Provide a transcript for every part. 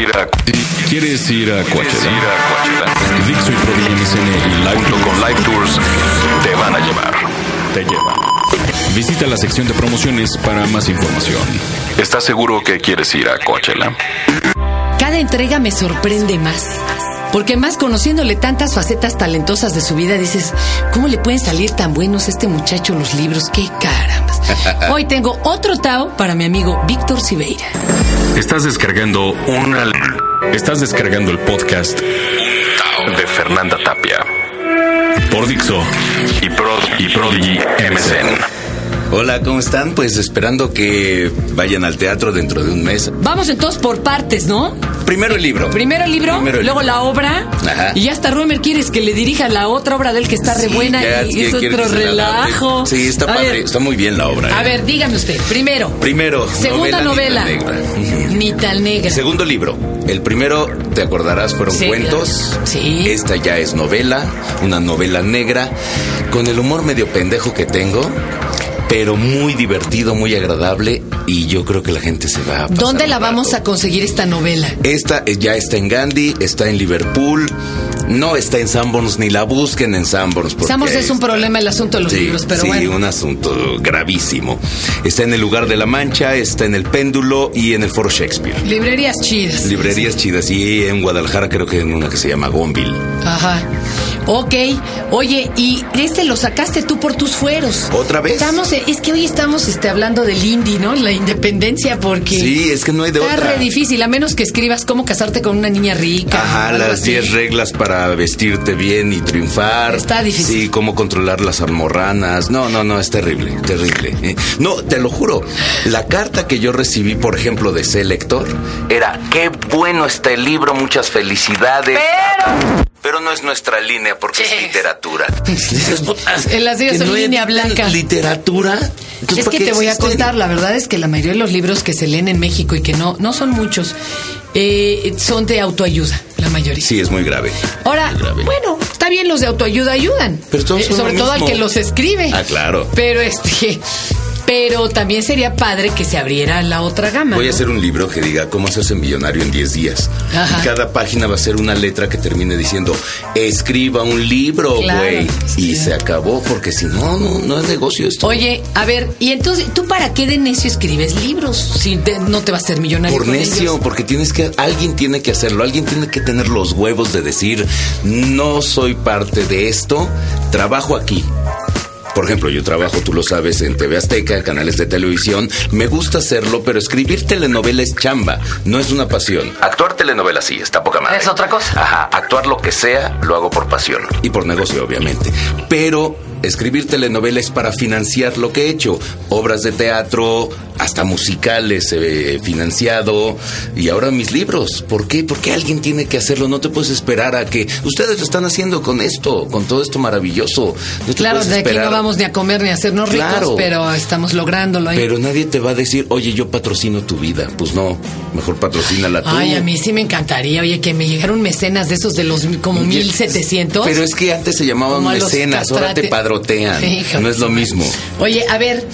ir a... ¿Quieres ir a ¿Quieres ir Coachella? a Coachella? Dixo y Providencia y Live Junto Tour con Live Tours te van a llevar. te llevan. Visita la sección de promociones para más información. ¿Estás seguro que quieres ir a Coachella? Cada entrega me sorprende más. Porque más conociéndole tantas facetas talentosas de su vida, dices, ¿cómo le pueden salir tan buenos a este muchacho los libros? ¡Qué carambas! Hoy tengo otro Tao para mi amigo Víctor Siveira. Estás descargando una. Estás descargando el podcast De Fernanda Tapia por Dixo. y, Pro y Prodigy MSN. Hola, ¿cómo están? Pues esperando que vayan al teatro dentro de un mes. Vamos entonces por partes, ¿no? Primero el libro. Primero el libro, Primero el luego libro. la obra. Ajá. Y ya hasta Ruemer quieres que le dirija la otra obra del que está re Sí, buena ya, y ya es quiero otro que se la adapte. relajo. Sí, está A padre. ver, Está muy bien la obra. a ¿eh? ver, dígame usted. Primero. Primero, Segunda novela. Nita Negra. Ni tan negra. Segundo libro. El primero, te acordarás, fueron Sí, cuentos. claro. Sí. Esta ya es novela, una novela negra, con el humor medio pendejo que tengo, pero muy divertido, muy agradable, y yo creo que la gente se va a... pasar ¿Dónde un la vamos rato. a conseguir esta novela? Esta eh, ya está en Gandhi, está en Liverpool, no está en Sanborns, ni la busquen en Sanborns. porque Sanborns es un está- problema el asunto de los Sí, libros, pero sí, bueno. un asunto gravísimo. Está en el lugar de la mancha, está en el péndulo y en el foro Shakespeare. Librerías chidas. Librerías chidas y en Guadalajara creo que en una que se llama Gonville. Ajá. Ok. Oye, y este lo sacaste tú por tus fueros. ¿Otra vez? Estamos, eh, es que hoy estamos este, hablando del indie, ¿no? La independencia, porque. Sí, es que no hay de Está otra. re difícil, a menos que escribas cómo casarte con una niña rica. Ajá, algo las así. 10 reglas para vestirte bien y triunfar. Está difícil. Sí, cómo controlar las almorranas. No, no, no, es terrible, terrible. Eh, No, te lo juro. La carta que yo recibí, por ejemplo, de ese lector era: Qué bueno está el libro, muchas felicidades. Pero. Pero no es nuestra línea porque Sí. es literatura. Dices, "Puta, En las días que son no es línea blanca". ¿Literatura? Entonces, Es ¿para que qué te voy a existen? contar, la verdad es que la mayoría de los libros que se leen en México y que no, no son muchos, eh, son de autoayuda, la mayoría. Sí, es muy grave. Ahora, Muy grave. bueno, está bien, los de autoayuda ayudan. Eh, Pero todos son lo sobre todo al mismo. que los escribe. Ah, claro. Pero este, pero también sería padre que se abriera la otra gama. Voy a ¿no? hacer un libro que diga cómo hacerse millonario en 10 días. Ajá. Y cada página va a ser una letra que termine diciendo, escriba un libro, Claro, güey. sí. Y se acabó, porque si no, no, no es negocio esto. Oye, a ver, y entonces, ¿tú para qué de necio escribes libros si de- no te vas a ser millonario? Por con necio, ellos? porque tienes que, alguien tiene que hacerlo, alguien tiene que tener los huevos de decir, no soy parte de esto, trabajo aquí. Por ejemplo, yo trabajo, tú lo sabes, en TV Azteca, canales de televisión. Me gusta hacerlo, pero escribir telenovela es chamba, no es una pasión. Actuar telenovela sí, está poca madre. Es otra cosa. Ajá, actuar lo que sea, lo hago por pasión. Y por negocio, obviamente. Pero escribir telenovela es para financiar lo que he hecho. Obras de teatro, hasta musicales he financiado. Y ahora mis libros. ¿Por qué? Porque alguien tiene que hacerlo. No te puedes esperar a que... Ustedes lo están haciendo con esto, con todo esto maravilloso. No te Claro, puedes de aquí no esperar. vamos ni a comer ni a hacernos ricos, Claro. pero estamos lográndolo ¿eh? ahí. Pero nadie te va a decir, oye, yo patrocino tu vida. Pues no, mejor patrocínala tú. Ay, a mí sí me encantaría, oye, que me llegaron mecenas de esos de los como 1700. Pero es que antes se llamaban Como a los mecenas, ahora te castrate. padrotean. Sí, hijo. no es lo mismo. Oye, a ver,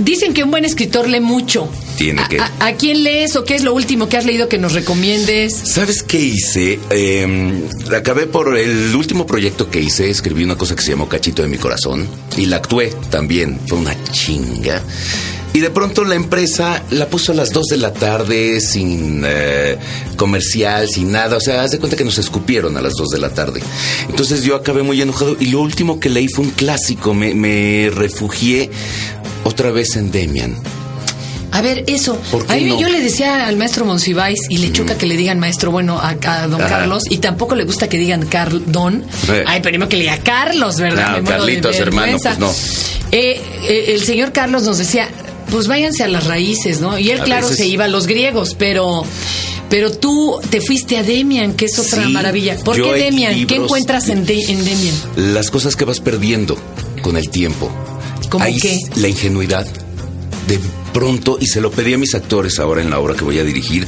dicen que un buen escritor lee mucho. Tiene ¿A- que. ¿A, a quién lees o qué es lo último que has leído que nos recomiendes? ¿Sabes qué hice? Eh, acabé por el último proyecto que hice, escribí una cosa que se llamó Cachito de mi corazón y la actué también, fue una chinga. Y de pronto la empresa la puso a las 2 de la tarde sin eh, comercial, sin nada. O sea, haz de cuenta que nos escupieron a las 2 de la tarde. Entonces yo acabé muy enojado y lo último que leí fue un clásico. Me, me refugié otra vez en Demian. A ver, eso. ¿Por qué a mí no? Mm. yo le decía al maestro Monsiváis y le choca que le digan maestro bueno a, a don Ajá. Carlos y tampoco le gusta que digan Carl don. Sí. Ay, pero que le diga Carlos, ¿verdad? No, Me muero de Carlitos, hermano, pues vergüenza. Eh, eh, el señor Carlos nos decía, pues váyanse a las raíces, ¿no? Y él, A claro, veces- se iba a los griegos, pero. Pero tú te fuiste a Demian, que es otra Sí, maravilla. ¿Por yo qué hay Demian? ¿Qué libros- encuentras en, De- en Demian? las cosas que vas perdiendo con el tiempo. ¿Cómo Ahí qué? La ingenuidad. De pronto, y se lo pedí a mis actores ahora en la obra que voy a dirigir,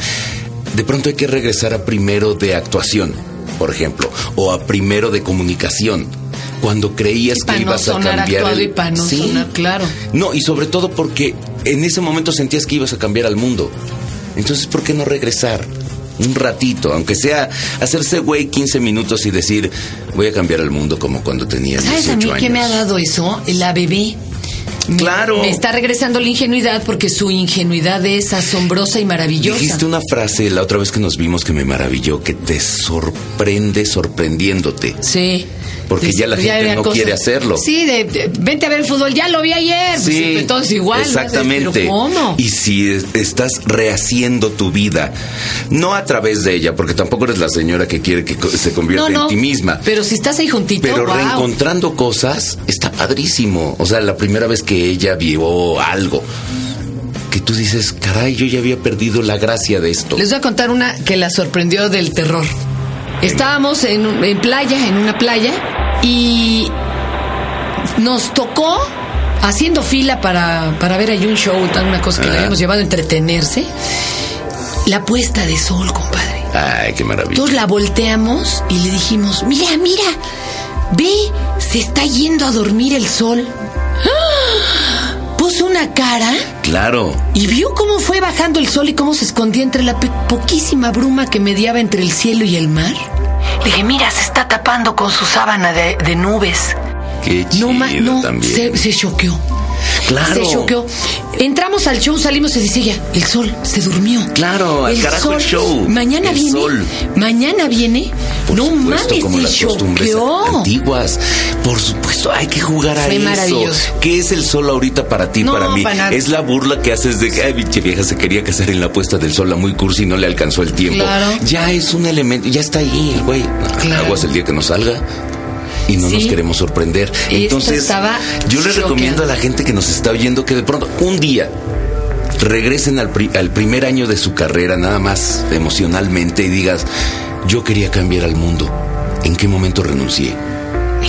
de pronto hay que regresar a primero de actuación, por ejemplo, o a primero de comunicación. Cuando creías Sí, pa' que no ibas a sonar cambiar actuado el... y pa' no sonar, claro. No, y sobre todo porque en ese momento sentías que ibas a cambiar al mundo. Entonces, ¿por qué no regresar un ratito, aunque sea hacerse güey 15 minutos y decir, voy a cambiar el mundo como cuando tenía ¿Sabes 18 a mí años. qué me ha dado eso? La bebé. Me- Claro. Me está regresando la ingenuidad porque su ingenuidad es asombrosa y maravillosa. Dijiste una frase la otra vez que nos vimos que me maravilló, que te sorprende sorprendiéndote. Sí. Porque Dice, ya la pues gente había no quiere hacerlo. Sí, de, de- vete a ver el fútbol, ya lo vi ayer. Pues siempre todos igual. ¿no? Exactamente. Pero ¿Cómo? Y si es- estás rehaciendo tu vida, no a través de ella, porque tampoco eres la señora que quiere que co- se no, convierta no. en ti misma. Pero si estás ahí juntito, Pero guau. reencontrando cosas está padrísimo. O sea, la primera vez que ella vio algo que tú dices, caray, yo ya había perdido la gracia de esto. Les voy a contar una que la sorprendió del terror. Estábamos en, un- en playa, en una playa, y nos tocó haciendo fila para, para ver ahí un show, tal, una cosa que le Ajá. habíamos llevado a entretenerse. La puesta de sol, compadre. Ay, qué maravilla. Entonces la volteamos y le dijimos, mira, mira, ve, se está yendo a dormir el sol. ¡Ah! Puso una cara Claro. y vio cómo fue bajando el sol y cómo se escondía entre la pe- poquísima bruma que mediaba entre el cielo y el mar. Le dije, mira, se está tapando con su sábana de, de nubes. Qué chido No, ma- no, también. Ah, se, se choqueó. claro. Se choqueó. Entramos al show, salimos y dice ella, el sol se durmió. Claro, al carajo el show, Mañana el viene. sol. Mañana viene. Por no supuesto, mames, como se las costumbres choqueó. antiguas. Por supuesto, hay que jugar a Fue eso. maravilloso. ¿Qué es el sol ahorita para ti, No, para mí? para nada. Es la burla que haces de que, ay, pinche vieja, se quería casar en la puesta del sol a muy cursi y no le alcanzó el tiempo. Claro. Ya es un elemento, ya está ahí, güey. Claro. Aguas el día que nos salga. Y no Sí. nos queremos sorprender. Esto Entonces, estaba yo les choqueante. recomiendo a la gente que nos está oyendo que de pronto, un día, regresen al, pri- al primer año de su carrera, nada más emocionalmente, y digas, yo quería cambiar al mundo. ¿En qué momento renuncié?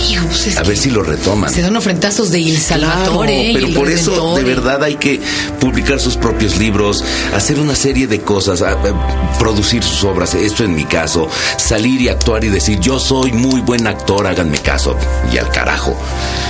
Hijo, pues es A que ver si lo retoman. Se dan ofrentazos de Il Salvatore. Claro, y ¿eh? pero el por eso Redentore. de verdad hay que publicar sus propios libros, hacer una serie de cosas, a- a- producir sus obras, esto en mi caso, salir y actuar y decir yo soy muy buen actor, háganme caso y al carajo.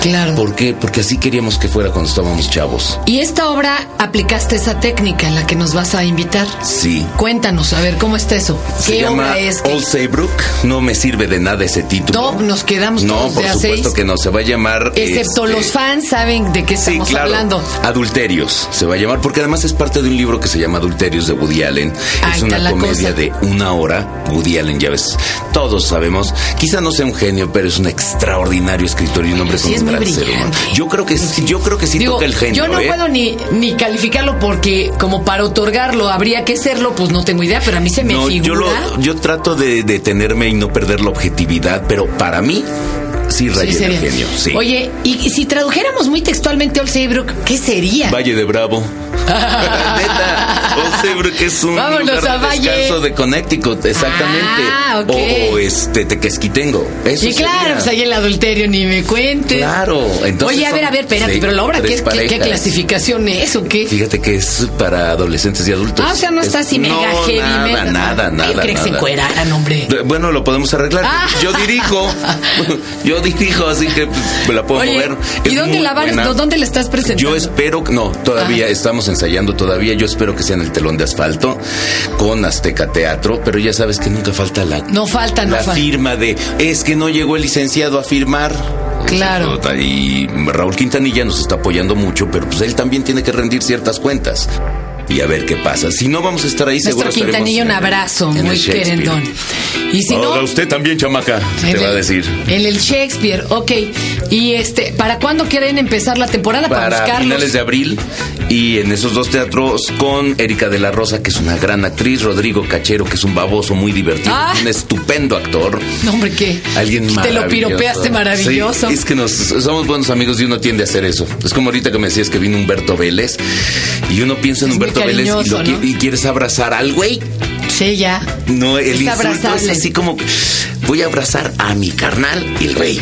Claro. ¿Por qué? Porque así queríamos que fuera cuando estábamos chavos. Y esta obra aplicaste esa técnica en la que nos vas a invitar. Sí. Cuéntanos, a ver, ¿cómo está eso? ¿Qué Se llama obra es? ¿Qué- Old Saybrook. No me sirve de nada ese título. No, nos quedamos No, todos por de a supuesto seis. que no. Se va a llamar. Excepto este, los fans saben de qué Sí, estamos claro. hablando. Adulterios se va a llamar, porque además es parte de un libro que se llama Adulterios de Woody Allen. Ahí es está la una cosa. comedia de una hora. Woody Allen, ya ves, todos sabemos. Quizá no sea un genio, pero es un extraordinario escritor y un hombre sí con es un muy gran ser humano. brillante. Yo creo que sí, yo creo que sí Digo, toca el genio. yo no ¿eh? puedo ni, ni calificarlo porque como para otorgarlo habría que serlo, pues no tengo idea, pero a mí se me No, figura. yo, lo- yo trato de detenerme y no perder la objetividad, pero para mí sí Sí, raya en el sería. genio. Sí. Oye, y, y si tradujéramos muy textualmente Old Saybrook, ¿qué sería? Valle de Bravo. Neta, Osebrook es un Vámonos lugar a de Valle. descanso de Connecticut, exactamente. Ah, ok. o, o, este Tequesquitengo. Eso Sí, claro, sería. pues ahí el adulterio ni me cuentes. Claro, entonces Oye, a ver, son a ver, espérate, seis- pero la obra, ¿qué, tres qué- qué parejas. clasificación es o qué? Fíjate que es para adolescentes y adultos. Ah, o sea, no está Es- así mega no, heavy. Nada, mega- nada, nada. Yo creí que se nada. encueraran, hombre. De- Bueno, lo podemos arreglar. Ah. Yo dirijo. Yo dirijo, así que pues, me la puedo Oye, mover. ¿y Es dónde muy la van- buena. no, dónde la estás presentando? Yo espero, que- no, todavía Ah. estamos ensayando todavía. Yo espero que sea en el telón de asfalto con Azteca Teatro, pero ya sabes que nunca falta la, No falta, no la falta. firma de es que no llegó el licenciado a firmar. Claro. Y Raúl Quintanilla nos está apoyando mucho, pero pues él también tiene que rendir ciertas cuentas. Y a ver qué pasa. Si no vamos a estar ahí, seguro Nuestro estaremos Quintanilla, un en el- abrazo, en el muy Shakespeare. querendón. Y si no, Ahora usted también, chamaca, te en va a el- decir. En el Shakespeare, ok. Y este, ¿para cuándo quieren empezar la temporada? Para, Para buscarlos. finales de abril y en esos dos teatros con Erika de la Rosa, que es una gran actriz, Rodrigo Cachero, que es un baboso muy divertido, Ah. un estupendo actor. No, hombre, ¿qué? Alguien Te maravilloso. lo piropeaste maravilloso. Sí, es que nos, somos buenos amigos y uno tiende a hacer eso. Es como ahorita que me decías que vino Humberto Vélez y uno piensa en Es muy Humberto Vélez y, lo cariñoso, qui- ¿no? y quieres abrazar al güey. Sí, ya. No, el Es insulto es abrazable. así como voy a abrazar a mi carnal, el rey.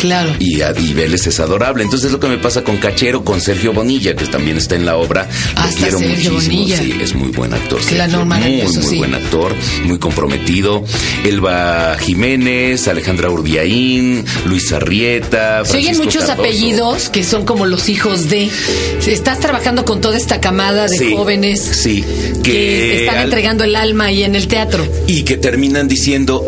Claro. Y, a- y Vélez es adorable. Entonces es lo que me pasa con Cachero, con Sergio Bonilla, que también está en la obra. Lo Hasta quiero Sergio muchísimo. Bonilla. Sí, es muy buen actor. Sergio. Claro, muy, maravilloso, muy sí. buen actor, muy comprometido. Elba Jiménez, Alejandra Urdiaín, Luis Arrieta. Se oyen Francisco muchos Cardoso. apellidos que son como los hijos de. Estás trabajando con toda esta camada de Sí, jóvenes Sí. que, están al- entregando el alma y en el teatro. y que terminan diciendo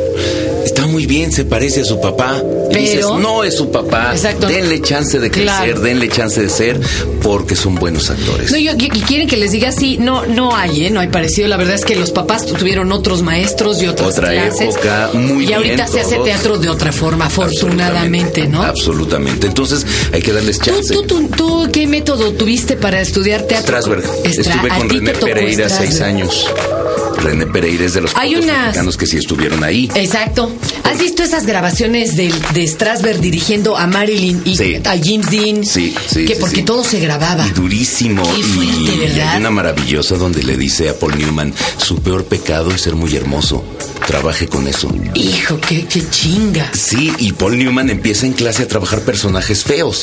está muy bien, se parece a su papá. Pero- y dices, no es su papá. Exacto. Denle chance de crecer, Claro. denle chance de ser, porque son buenos actores. No, yo, y y quieren que les diga sí, no, no hay, ¿eh? no hay parecido. La verdad es que los papás tu- tuvieron otros maestros y otras Otra clases. época, muy Y ahorita bien se hace todos. teatro de otra forma, afortunadamente, Absolutamente, ¿no? Absolutamente. Entonces hay que darles ¿Tú, chance. tú, tú, tú qué método tuviste para estudiar teatro? Strasberg. Estra- Estuve a con ti te René tocó Pereira seis Strasberg. años. René Pereira es de los Hay pocos unas- mexicanos que sí estuvieron ahí. Exacto. ¿Has visto esas grabaciones del- de, Strasberg dirigiendo a Marilyn y Sí. a James Dean? Sí, sí, Que sí, porque sí. todo se grababa. Y durísimo. Qué Eh, fuerte, y, y ¿verdad? hay una maravillosa donde le dice a Paul Newman, su peor pecado es ser muy hermoso. Trabaje con eso. Hijo, qué, qué chinga. Sí, y Paul Newman empieza en clase a trabajar personajes feos.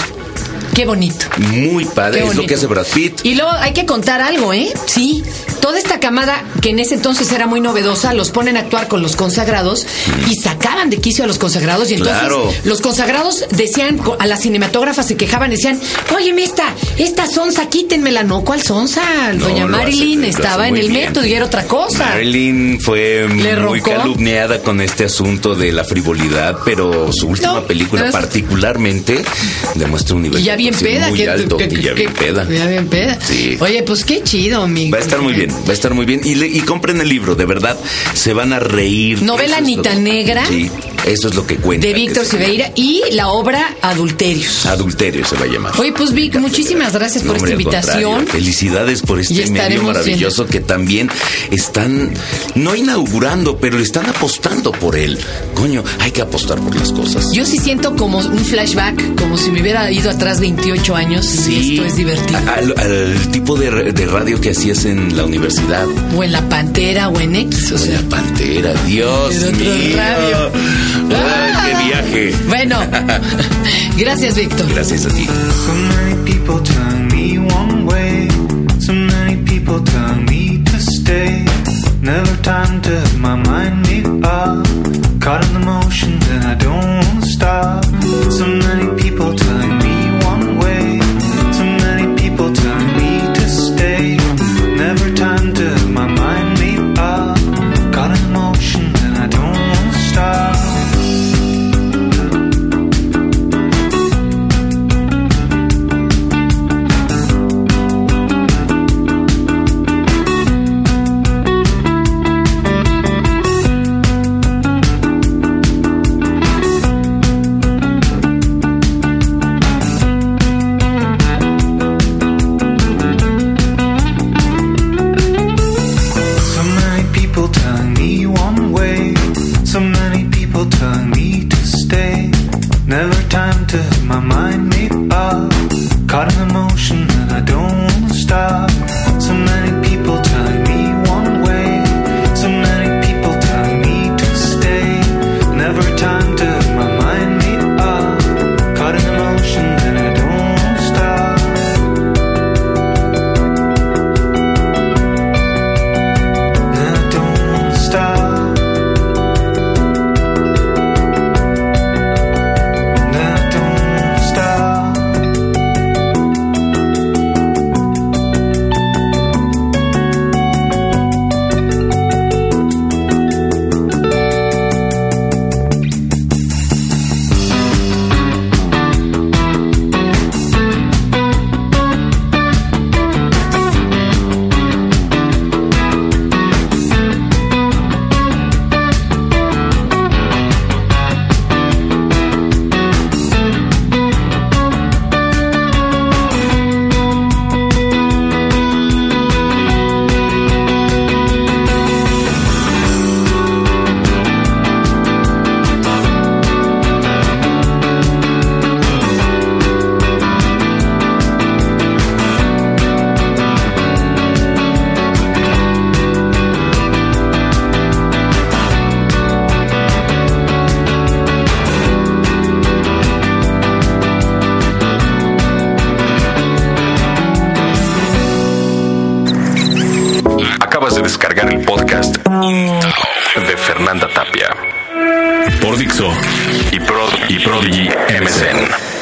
Qué bonito. Muy Qué padre, es lo bonito. que hace Brad Pitt. Y luego hay que contar algo, ¿eh? Sí. Toda esta camada que en ese entonces era muy novedosa, los ponen a actuar con los consagrados y sacaban de quicio a los consagrados. Y entonces Claro. los consagrados decían, co- a las cinematógrafas se quejaban, decían, óyeme esta, esta sonza, quítenmela. No, ¿cuál sonza? No, Doña lo hace- Marilyn lo hace estaba en muy el bien. método y era otra cosa. Marilyn ¿Le fue muy roncó? calumniada con este asunto de la frivolidad, pero su última No, película no es- particularmente demuestra un nivel Y ya bien de actuación peda, muy que- alto que- y ya que- bien peda. Ya bien peda. Sí. Oye, pues qué chido, mi. Va a estar muy bien, va a estar muy bien. Y, le- y compren el libro, de verdad, se van a reír. Novela Eso es Anita lo que- Negra. Sí, eso es lo que cuenta. De que Víctor se- Siveira y la obra Adulterios. Adulterio se va a llamar. Oye, pues Vic, muchísimas gracias por No, hombre, esta al contrario. invitación. Felicidades por Y este medio estaremos maravilloso que también están, no inaugurando, pero le están apostando por él. Coño, hay que apostar por las cosas. Yo sí siento como un flashback, como si me hubiera ido atrás 28 años. Y esto es divertido. a- Al, al tipo de, r- de radio que hacías en la universidad. O en La Pantera o en X. O O sea, sea, Pantera, Dios En otro mío. radio. Ah. Ay, ¡Qué viaje! bueno, gracias, Víctor. Gracias a ti. So many people turn me one way. So many people turn me to stay. Never time to have my mind made up. Caught in the motion and I don't wanna stop. So many people turn me one way. So many people turn me to stay. Never time to have my mind made up. Caught in the motion and I don't wanna stop. So many people telling me one way. So many people telling me to stay. Never time to have my mind made up. Caught in the motion and I don't wanna stop. So many people telling me one way. So many people telling me to stay. Never time to have my mind made up. Caught in the motion and I don't wanna stop. And I don't wanna stop. descargar el podcast de Fernanda Tapia Por Dixo. y Prod- y Prodigy MSN.